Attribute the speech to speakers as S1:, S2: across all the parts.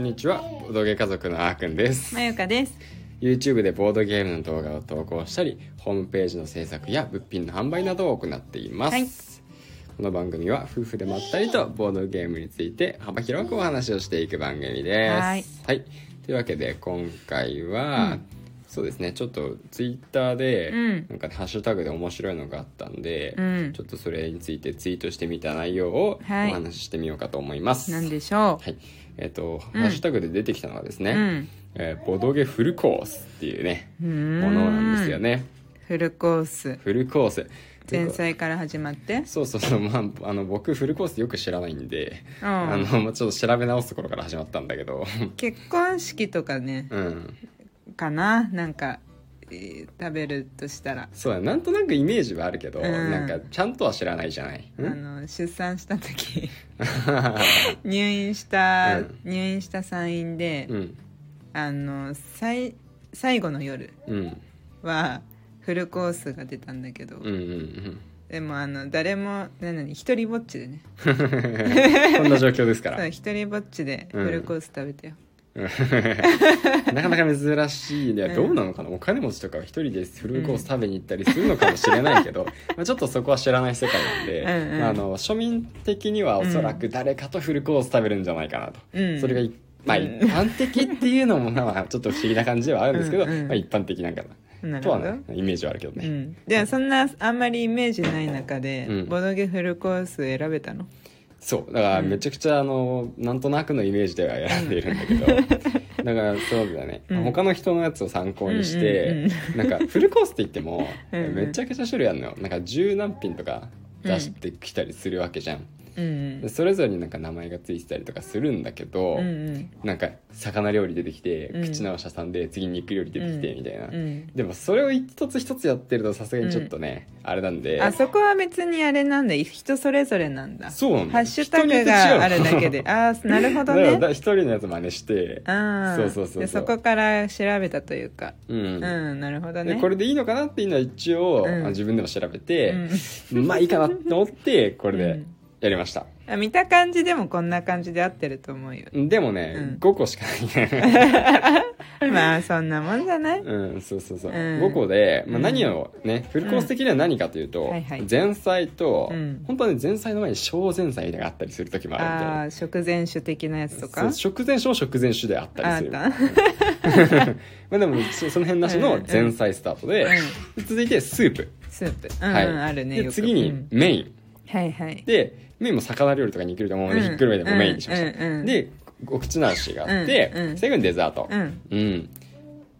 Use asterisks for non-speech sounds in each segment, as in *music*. S1: にちはボードゲー家族のあーくんです
S2: まゆかです。
S1: YouTube でボードゲームの動画を投稿したりホームページの制作や物品の販売などを行っています、
S2: はい
S1: この番組は夫婦でまったりとボードゲームについて幅広くお話をしていく番組です
S2: はい
S1: というわけで今回は、
S2: うん
S1: そうですねちょっとツイッターで、
S2: うん
S1: なんかハッシュタグで面白いのがあったんで、
S2: うん
S1: ちょっとそれについてツイートしてみた内容をお
S2: はい
S1: 話ししてみようかと思います、
S2: なんでしょ
S1: はい。えっ、と、
S2: うん
S1: ハッシュタグで出てきたのはです
S2: う。
S1: ね、
S2: うん。
S1: えーボドゲフルコースっていうね、
S2: うーん
S1: ものなんですよ。ね。
S2: フルコース。
S1: フルコース。
S2: 前菜から始まって。
S1: そうそうそう、まあ、あの、僕、フルコースよく知らないんで、
S2: う
S1: あ
S2: ん。
S1: の、まあちょっと調べ直すところから始まったんだけど、 *laughs*
S2: 結婚式とかね、
S1: うん。
S2: かな、なんか、えー食べるとしたら。
S1: そうだ、なんとなくイメージはあるけど、
S2: うん
S1: なんか、ちゃんとは知らないじゃない。
S2: あ
S1: ん
S2: の出産した時 *laughs* 入院した、
S1: うん
S2: 入院した産院で、
S1: うん。
S2: あの最最後の夜
S1: *laughs* うん。
S2: はフルコースが出たんだけど、
S1: うんうんうん。
S2: でもあの誰も何何一人ぼっちでね
S1: こんな状況ですか
S2: そう *laughs*
S1: ら。
S2: 一人ぼっちでフルコース食べてよ、
S1: なかなか珍しいいや
S2: うん
S1: どうなのかな、お金持ちとかは一人でフルコース食べに行ったりするのかもしれないけど、まあちょっとそこは知らない世界なんで
S2: うんうん
S1: まああの庶民的にはおそらく誰かとフルコース食べるんじゃないかなと、
S2: うん
S1: それがい、まあ、
S2: うん
S1: 一般的っていうのもまあちょっと不思議な感じではあるんですけど、
S2: うんうん
S1: まあ、一般的なんかな
S2: なる
S1: と
S2: ほ
S1: は
S2: ど
S1: ねイメージはあるけど
S2: う
S1: ね、
S2: ん、じゃあそんなあんまりイメージない中で、
S1: うん
S2: ボドゲフルコース選べたの
S1: そうだから
S2: うん
S1: めちゃくちゃあのなんとなくのイメージでは選んでいるんだ
S2: *laughs*
S1: けど、だからそうだね、
S2: うん
S1: 他の人のやつを参考にして、
S2: うんうん
S1: なんかフルコースって言っても
S2: うんうん
S1: めちゃくちゃ種類あるのよなんか十何品とか出してきたりするわけじゃん、
S2: うん
S1: でそれぞれになんか名前がついてたりとかするんだけど、
S2: うんうん
S1: なんか魚料理出てきて
S2: うん
S1: 口直しさんで次肉料理出てきてみたいな、
S2: うん
S1: でもそれを一つ一つやってるとさすがにちょっとね、あれなんで
S2: あそこは別にあれなんだ人それぞれなんだ
S1: そうなんだ
S2: ハッシュタグがあるだけで
S1: 人によって違うの
S2: ああなるほど
S1: だから
S2: ね
S1: だ一人のやつ真似して
S2: あ
S1: そうそうそうそう
S2: でそこから調べたというか
S1: うん、
S2: うん、なるほど
S1: で
S2: ね
S1: これでいいのかなっていうのは一応、
S2: うん
S1: あ自分でも調べて、まあいいかなと思ってこれでやりました、
S2: うんあ見た感じでもこんな感じで合ってると思うよ
S1: でもね、
S2: うん
S1: 5個しか
S2: *laughs*
S1: ない、ね、
S2: まあそんなもんじゃない
S1: うんそうそうそう、
S2: うん
S1: 5個で、まあ、
S2: うん
S1: 何をね、フルコース的には何かというと、
S2: うんはいはい
S1: 前菜と、
S2: うん
S1: 本当はね前菜の前に小前菜みたいなのがあったりする時もあるみたい
S2: あ
S1: な
S2: あ食前酒的なやつと
S1: そ
S2: か
S1: う食前酒も食前酒であったりする
S2: ああった
S1: まあ、でもそその辺なしの前菜スタートで、続いてスープ、
S2: スープうん、うん
S1: はい
S2: あるねよ
S1: で
S2: く
S1: 次に
S2: うん
S1: メイン、
S2: はいはい
S1: でメインも魚料理とか肉料理とかもうひっくるめてもうメインにしました、
S2: うんうんうん
S1: でお口直しがあって、
S2: うんうん
S1: 最後にデザート
S2: うん
S1: うん、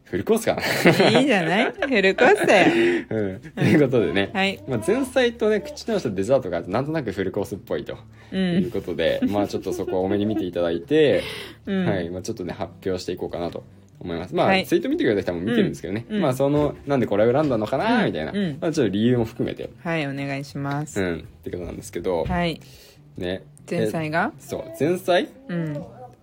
S1: フルコースかな *laughs*
S2: いいじゃないフルコースだよ
S1: うんということでね、
S2: はい
S1: まあ、前菜とね口直したデザートがなんとなくフルコースっぽいと
S2: う
S1: いうんことで、まあちょっとそこは多めに見ていただいて、
S2: *laughs* うん
S1: はいまあ、ちょっとね発表していこうかなと思いますまあ、
S2: はい
S1: ツイート見てくれた人はもう見てるんですけどね、
S2: うんうん
S1: まあそのなんでこれを選んだのかなみたいな、
S2: うんうん
S1: まあ、ちょっと理由も含めて
S2: はいお願いしま
S1: う
S2: す、
S1: んってことなんですけど、
S2: はい
S1: ね
S2: 前菜が
S1: えそう前菜
S2: うん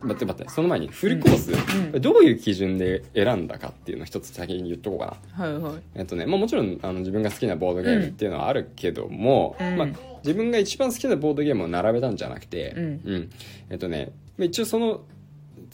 S1: 待って待ってその前にフルコース、
S2: うんうん
S1: どういう基準で選んだかっていうのを一つ先に言っとこうかな
S2: はいはい
S1: えっとねまあ、もちろんあの自分が好きなボードゲームっていうのはあるけども、
S2: うん
S1: まあ、自分が一番好きなボードゲームを並べたんじゃなくて、
S2: うん
S1: えっとね、まあ一応その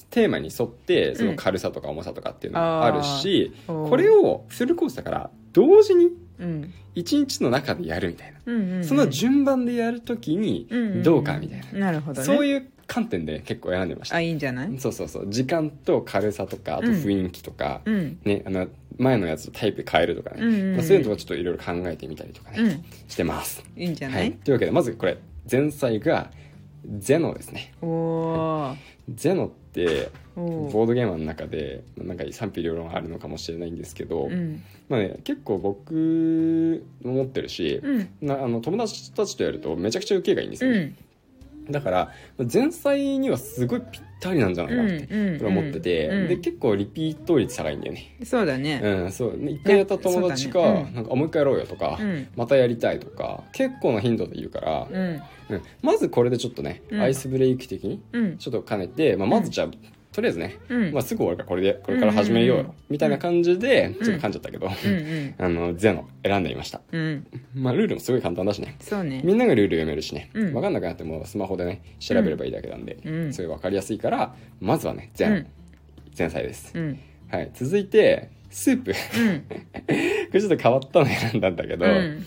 S1: テーマに沿ってその軽さとか重さとかっていうのがあるし、
S2: あー
S1: これをフルコースだから同時に
S2: うん
S1: 1日の中でやるみたいな、
S2: うんうんうん
S1: その順番でやるときに
S2: うんうんん
S1: どうかみたいな、
S2: なるほどね
S1: そういう観点で結構選んでました
S2: あいいんじゃない
S1: そうそうそう時間と軽さとかあと雰囲気とか、
S2: うん
S1: ね、あの前のやつとタイプ変えるとかね、
S2: うんうんうん
S1: まあそういうのとかちょっといろいろ考えてみたりとかね、
S2: うん
S1: してます、
S2: いいんじゃな、
S1: はいい、というわけでまずこれ前菜がゼノですね
S2: おお
S1: ゼノって
S2: ーおー
S1: ボードゲームの中でなんか賛否両論あるのかもしれないんですけど、
S2: うん
S1: まあね、結構僕も持ってるし、
S2: うん
S1: なあの友達たちとやるとめちゃくちゃ受けがいいんですよ、
S2: うん
S1: だから前菜にはすごいぴったりなんじゃないかなって、
S2: うんうん
S1: それ思ってて、
S2: うん
S1: で結構リピート率高いんだよね
S2: そうだね
S1: うん、そうね一回やった友達が、
S2: そうだねうん
S1: なんかあもう一回やろうよとか、
S2: うん
S1: またやりたいとか結構な頻度で言うから、
S2: うん
S1: うんまずこれでちょっとね、
S2: うん
S1: アイスブレイク的に
S2: うん
S1: ちょっと兼ねて、まあ、まずじゃあ、とりあえずね、
S2: うん
S1: まあ、すぐ終わるからこれでこれから始めようよ、
S2: うんうんうん
S1: みたいな感じで
S2: うん
S1: ちょっと噛んじゃったけど、
S2: うん
S1: あのゼノ選んでみました
S2: うんうん
S1: まあルールもすごい簡単だしね
S2: そうね
S1: みんながルール読めるしね、
S2: うん
S1: 分かんなくなってもスマホでね調べればいいだけなんで、
S2: うん
S1: それ分かりやすいからまずはねゼ
S2: う
S1: ノ、
S2: ん
S1: 前菜です、
S2: うん
S1: はい続いてスープ *laughs* こ
S2: うん
S1: れちょっと変わったの選んだんだけど、
S2: うん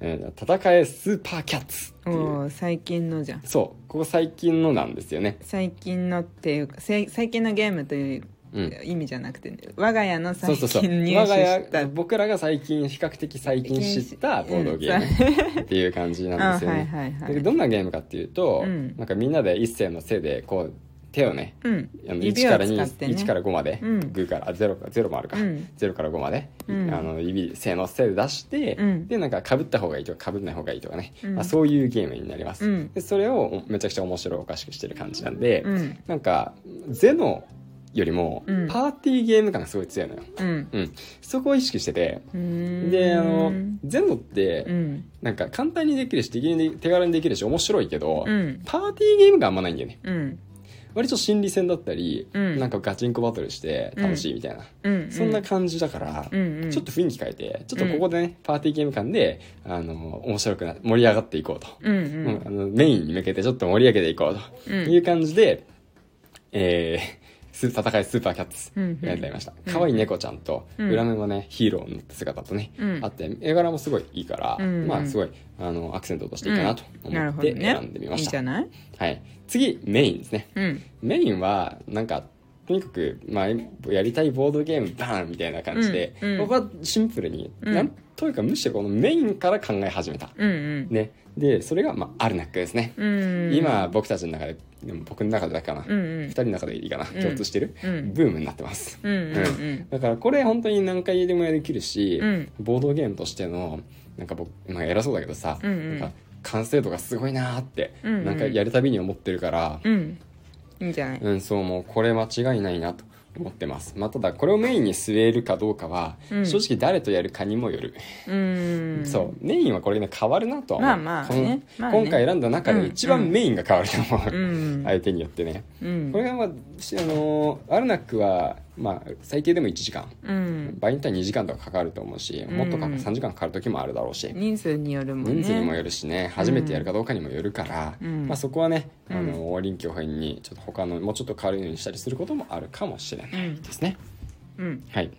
S1: えー戦えスーパーキャッツっていう
S2: おー最近のじゃん
S1: そうここ最近のなんですよね
S2: 最近のっていうかせい最近のゲームという
S1: うん
S2: 意味じゃなくて、ね我が家の
S1: そ
S2: 最
S1: うそうそう
S2: 近入
S1: 我
S2: 手
S1: が
S2: し
S1: 家
S2: た
S1: 僕らが最近比較的最近知ったボードゲーム *laughs* っていう感じなん
S2: あ
S1: ですよ
S2: はい
S1: ね。
S2: はいは
S1: で
S2: い
S1: どんなゲームかっていうと、
S2: うん
S1: なんかみんなで一斉の背でこう手をね
S2: うん
S1: あの
S2: 指
S1: 1
S2: を
S1: から2、
S2: 使ってね
S1: 1から5まで、
S2: うん
S1: グーからあゼロかゼロもあるか、
S2: うん
S1: ゼロから5まで、
S2: うん
S1: あの指せーのせーで出して、
S2: うん
S1: でなんかかぶった方がいいとかかぶんない方がいいとかね、
S2: うん
S1: まあ、そういうゲームになります、
S2: うん
S1: でそれをめちゃくちゃ面白おかしくしてる感じなんで、
S2: うん
S1: なんかゼノよりも
S2: うん
S1: パーティーゲーム感がすごい強いのよ、
S2: うん
S1: うん、そこを意識してて
S2: うーん
S1: であの
S2: う
S1: ゼノって、
S2: ん
S1: なんか簡単にできるし手軽に手軽にできるし面白いけど、
S2: うん
S1: パーティーゲームがあんまないんだよね
S2: うん
S1: 割と心理戦だったり、
S2: うん
S1: なんかガチンコバトルして楽しいみたいな、
S2: うん
S1: そんな感じだから、
S2: うんうん
S1: ちょっと雰囲気変えてちょっとここでね、パーティーゲーム感であの面白くな盛り上がっていこうと、
S2: うん
S1: う
S2: うんん
S1: あのメインに向けてちょっと盛り上げていこうと
S2: うん
S1: いう感じで、えース戦いスーパーキャッツ
S2: うんうん
S1: やりました可愛い猫ちゃんと
S2: うん
S1: 裏目もねヒーローの姿とね、
S2: うん
S1: あって絵柄もすごいいいから、
S2: うんうん
S1: まあすごいあのアクセントとしていいかなと
S2: うん
S1: 思
S2: なる
S1: っ
S2: ほど
S1: て
S2: ね
S1: 選んでみま
S2: いい
S1: し
S2: じ
S1: た、
S2: ゃない
S1: はい、次メインですね
S2: うん
S1: メインはなんかとにかく、まあ、やりたいボードゲームバーンみたいな感じで、
S2: うんうん
S1: 僕はシンプルに、
S2: うん
S1: なんというかむしろこのメインから考え始めた、
S2: うんうん
S1: ね、でそれが、まあ、アルナックですね、
S2: うん
S1: 今僕たちの中ででも僕の中でだけかな、
S2: うんう
S1: 二
S2: ん
S1: 人の中でいいかな、
S2: ん
S1: 共通してる、
S2: うん
S1: ブームになってます、
S2: うんうんうん
S1: だからこれ本当に何回でもできるし、
S2: うん
S1: ボードゲームとしてのなんか僕、まあ、偉そうだけどさ、
S2: うんうん
S1: なんか完成度がすごいなーって、
S2: うんうん
S1: なんかやるたびに思ってるから、
S2: うんいいんじゃない
S1: うん、そうもうこれ間違いないなと思ってます、まあ、ただこれをメインに据えるかどうかは、
S2: うん
S1: 正直誰とやるかにもよる、
S2: うん
S1: そうメインはこれね変わるなとは思う
S2: まあまあね
S1: この
S2: まあね
S1: 今回選んだ中で一番メインが変わると思う、
S2: うん
S1: 相手によってね
S2: うん
S1: これが、まあ、しあのーアルナックは、まあ、最低でも1時間
S2: うん
S1: 場合によっては2時間とかかかると思うしもっとか
S2: うん
S1: 3時間かかる時もあるだろうし、
S2: 人数によるもんね
S1: 人数にもよるしね初めてやるかどうかにもよるから、
S2: うん
S1: まあ、そこはね、
S2: うん
S1: あの臨機応変にちょっと他のもうちょっと軽いようにしたりすることもあるかもしれないですね、
S2: うん
S1: はい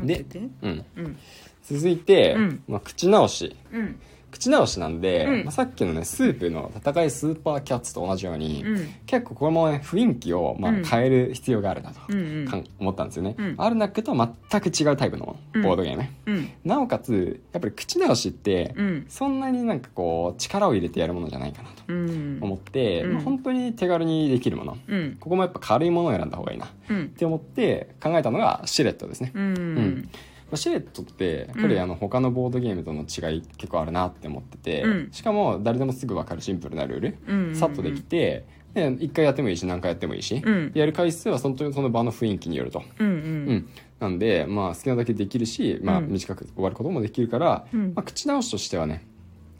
S2: 待
S1: で、
S2: ってて
S1: うん、
S2: うん
S1: 続いて、
S2: うん
S1: まあ、口直し
S2: うん
S1: 口直しなんで、
S2: うん
S1: まあ、さっきのねスープの戦いスーパーキャッツと同じように、
S2: うん
S1: 結構これもね雰囲気を、まあ、
S2: うん
S1: 変える必要があるなと、
S2: うんうん
S1: かん思ったんですよね、
S2: うん
S1: アルナックとは全く違うタイプのボードゲームね、
S2: うん
S1: なおかつやっぱり口直しって、
S2: うん
S1: そんなになんかこう力を入れてやるものじゃないかなと
S2: うん
S1: 思って、
S2: うん
S1: まあ本当に手軽にできるもの
S2: うん
S1: ここもやっぱ軽いものを選んだ方がいいなっ
S2: うん
S1: て思って考えたのがシレットですね、
S2: う
S1: うんんまあシレットってやっぱ
S2: う
S1: り
S2: ん
S1: あの他のボードゲームとの違い結構あるなって思ってて、
S2: うん
S1: しかも誰でもすぐ分かるシンプルなルール、
S2: うん
S1: さっとできてで1回やってもいいし何回やってもいいし、
S2: うん
S1: やる回数は本当にその場の雰囲気によると。
S2: うんう
S1: うんん、なんで、まあ、好きなだけできるし、まあ、
S2: うん
S1: 短く終わることもできるから、
S2: うん
S1: まあ、口直しとしてはね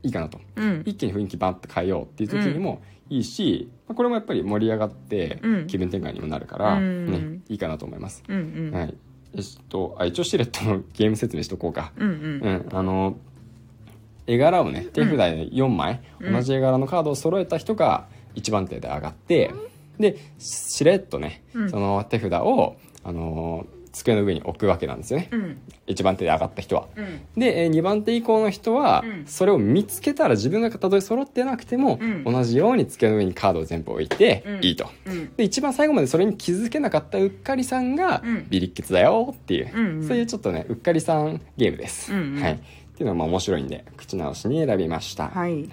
S1: いいかなと
S2: うん
S1: 一気に雰囲気バンって変えようっていう時にもいいし、まあ、これもやっぱり盛り上がって
S2: うん
S1: 気分転換にもなるから、
S2: うん
S1: ね、いいかなと思います。
S2: うんうん
S1: はい、えっとあ一応シレットのゲーム説明しとこうか。
S2: うんうん
S1: うん、あの絵柄をね手札で4枚、
S2: うん
S1: 同じ絵柄のカードを揃えた人が1番手で上がってでしれっとね、
S2: うん
S1: その手札を、あのー机の上に置くわけなんですよね、
S2: うん
S1: 一1番手で上がった人は。
S2: うん
S1: でえー2番手以降の人は
S2: うん
S1: それを見つけたら自分がたとえ揃ってなくても
S2: うん
S1: 同じように机の上にカードを全部置いて
S2: うん
S1: いいと。
S2: うん
S1: で一番最後までそれに気づけなかったうっかりさんが
S2: うん
S1: ビリッケツだよっていう、
S2: うんうん
S1: そういうちょっとねうっかりさんゲームです、
S2: うんうん
S1: はい、っていうのはまあ面白いんで口直しに選びました、
S2: はい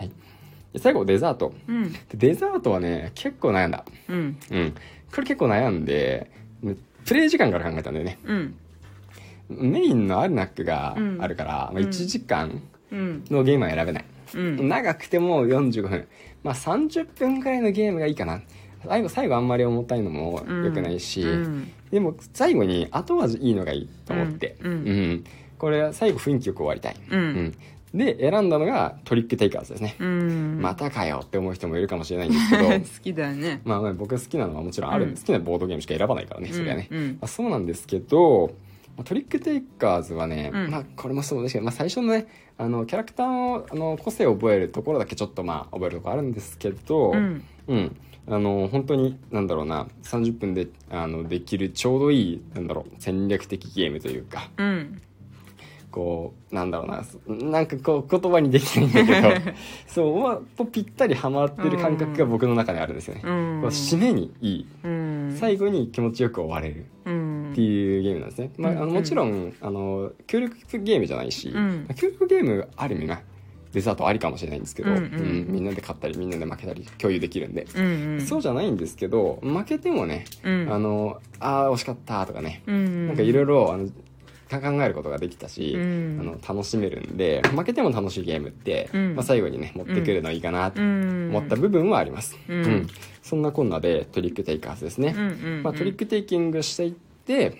S1: で最後デザート
S2: うん
S1: でデザートはね結構悩んだ
S2: うん
S1: うんこれ結構悩んでプレイ時間から考えたんだよね
S2: うん
S1: メインのアルナックが
S2: うん
S1: あるから、まあ、
S2: うん
S1: 1時間
S2: うん
S1: のゲームは選べない、
S2: うん
S1: 長くても45分まあ30分ぐらいのゲームがいいかな最後最後あんまり重たいのも良くないし、
S2: うん
S1: でも最後に後味いいのがいいと思って、
S2: うんうん
S1: これは最後雰囲気よく終わりたい、
S2: うん
S1: で選んだのがトリックテイカーズですね、
S2: うん
S1: またかよって思う人もいるかもしれないんですけ
S2: *laughs*
S1: ど
S2: 好きだね
S1: まあまあ僕好きなのはもちろんある、
S2: うん
S1: 好きなボードゲームしか選ばないからね、それはね、
S2: うんうん
S1: まあ、そうなんですけどまあトリックテイカーズはね、
S2: うん
S1: まあこれもそうですけど、まあ、最初のねあのキャラクターのあの個性を覚えるところだけちょっとまあ覚えるところあるんですけど、
S2: うん
S1: うん、あの本当になんだろうな30分であのできるちょうどいいなんだろう戦略的ゲームというか
S2: うん
S1: こうなんだろうなすなんかこう言葉にできないんだけど
S2: *laughs*
S1: そうまあとぴったりハマってる感覚が僕の中にあるんですよね。
S2: うん
S1: こう締めにいい
S2: うん
S1: 最後に気持ちよく終われる
S2: うん
S1: っていうゲームなんですね、まあ、あの
S2: うん
S1: もちろんあの協力ゲームじゃないし、
S2: うん
S1: 協力ゲームある意味なデザートありかもしれないんですけど、
S2: うんうん
S1: うんみんなで勝ったりみんなで負けたり共有できるんで、
S2: うんうん
S1: そうじゃないんですけど負けてもね、
S2: うん
S1: あのあー惜しかったとかね、
S2: うん
S1: なんかいろいろあのか考えることができたし、
S2: うん
S1: あの楽しめるんで負けても楽しいゲームって、
S2: うん
S1: まあ、最後にね持ってくるのいいかなって
S2: うん
S1: 思った部分はあります、
S2: うん
S1: そんなこんなでトリックテイカーズですね、
S2: うんうん
S1: まあ、トリックテイキングしていって、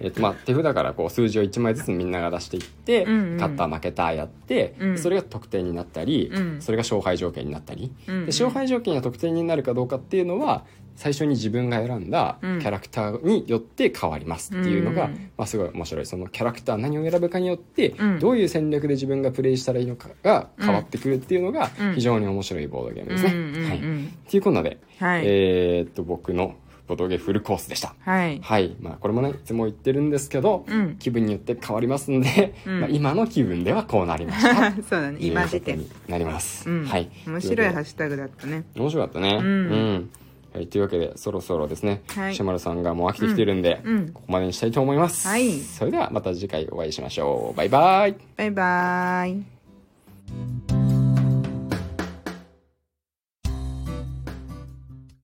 S1: えっとまあ、手札からこう数字を1枚ずつみんなが出していって、
S2: うんうん
S1: 勝った負けたやって、
S2: うん
S1: それが得点になったり、
S2: うん
S1: それが勝敗条件になったり、
S2: うんうん
S1: で勝敗条件や得点になるかどうかっていうのは最初に自分が選んだキ
S2: うん
S1: ャラクターによって変わりますっていうのが、
S2: うん
S1: まあ、すごい面白いそのキャラクター何を選ぶかによって、
S2: うん
S1: どういう戦略で自分がプレイしたらいいのかが変わってくるっていうのが
S2: うん
S1: 非常に面白いボードゲーム
S2: うん
S1: です
S2: う
S1: ね。
S2: んうん
S1: はい、っていうこんなで
S2: はい
S1: えーっと僕のボトゲフルコースでした
S2: はい
S1: はいまあこれもねいつも言ってるんですけど、
S2: うん
S1: 気分によって変わりますんで、
S2: うん
S1: まあ、今の気分ではこうなりました
S2: *laughs* そうだね *laughs* 今時
S1: と
S2: 点
S1: いうことになります、
S2: うん
S1: はい
S2: 面白い
S1: と
S2: ハ
S1: うこ
S2: ッシュタグだったね
S1: とで面白かったね
S2: うん
S1: はい、というわけでそろそろですね、
S2: はい
S1: シャマルさんがもう飽きてきてるんで、
S2: うん
S1: ここまでにしたいと思います、
S2: はい
S1: それではまた次回お会いしましょうバイバイ
S2: バイバーイ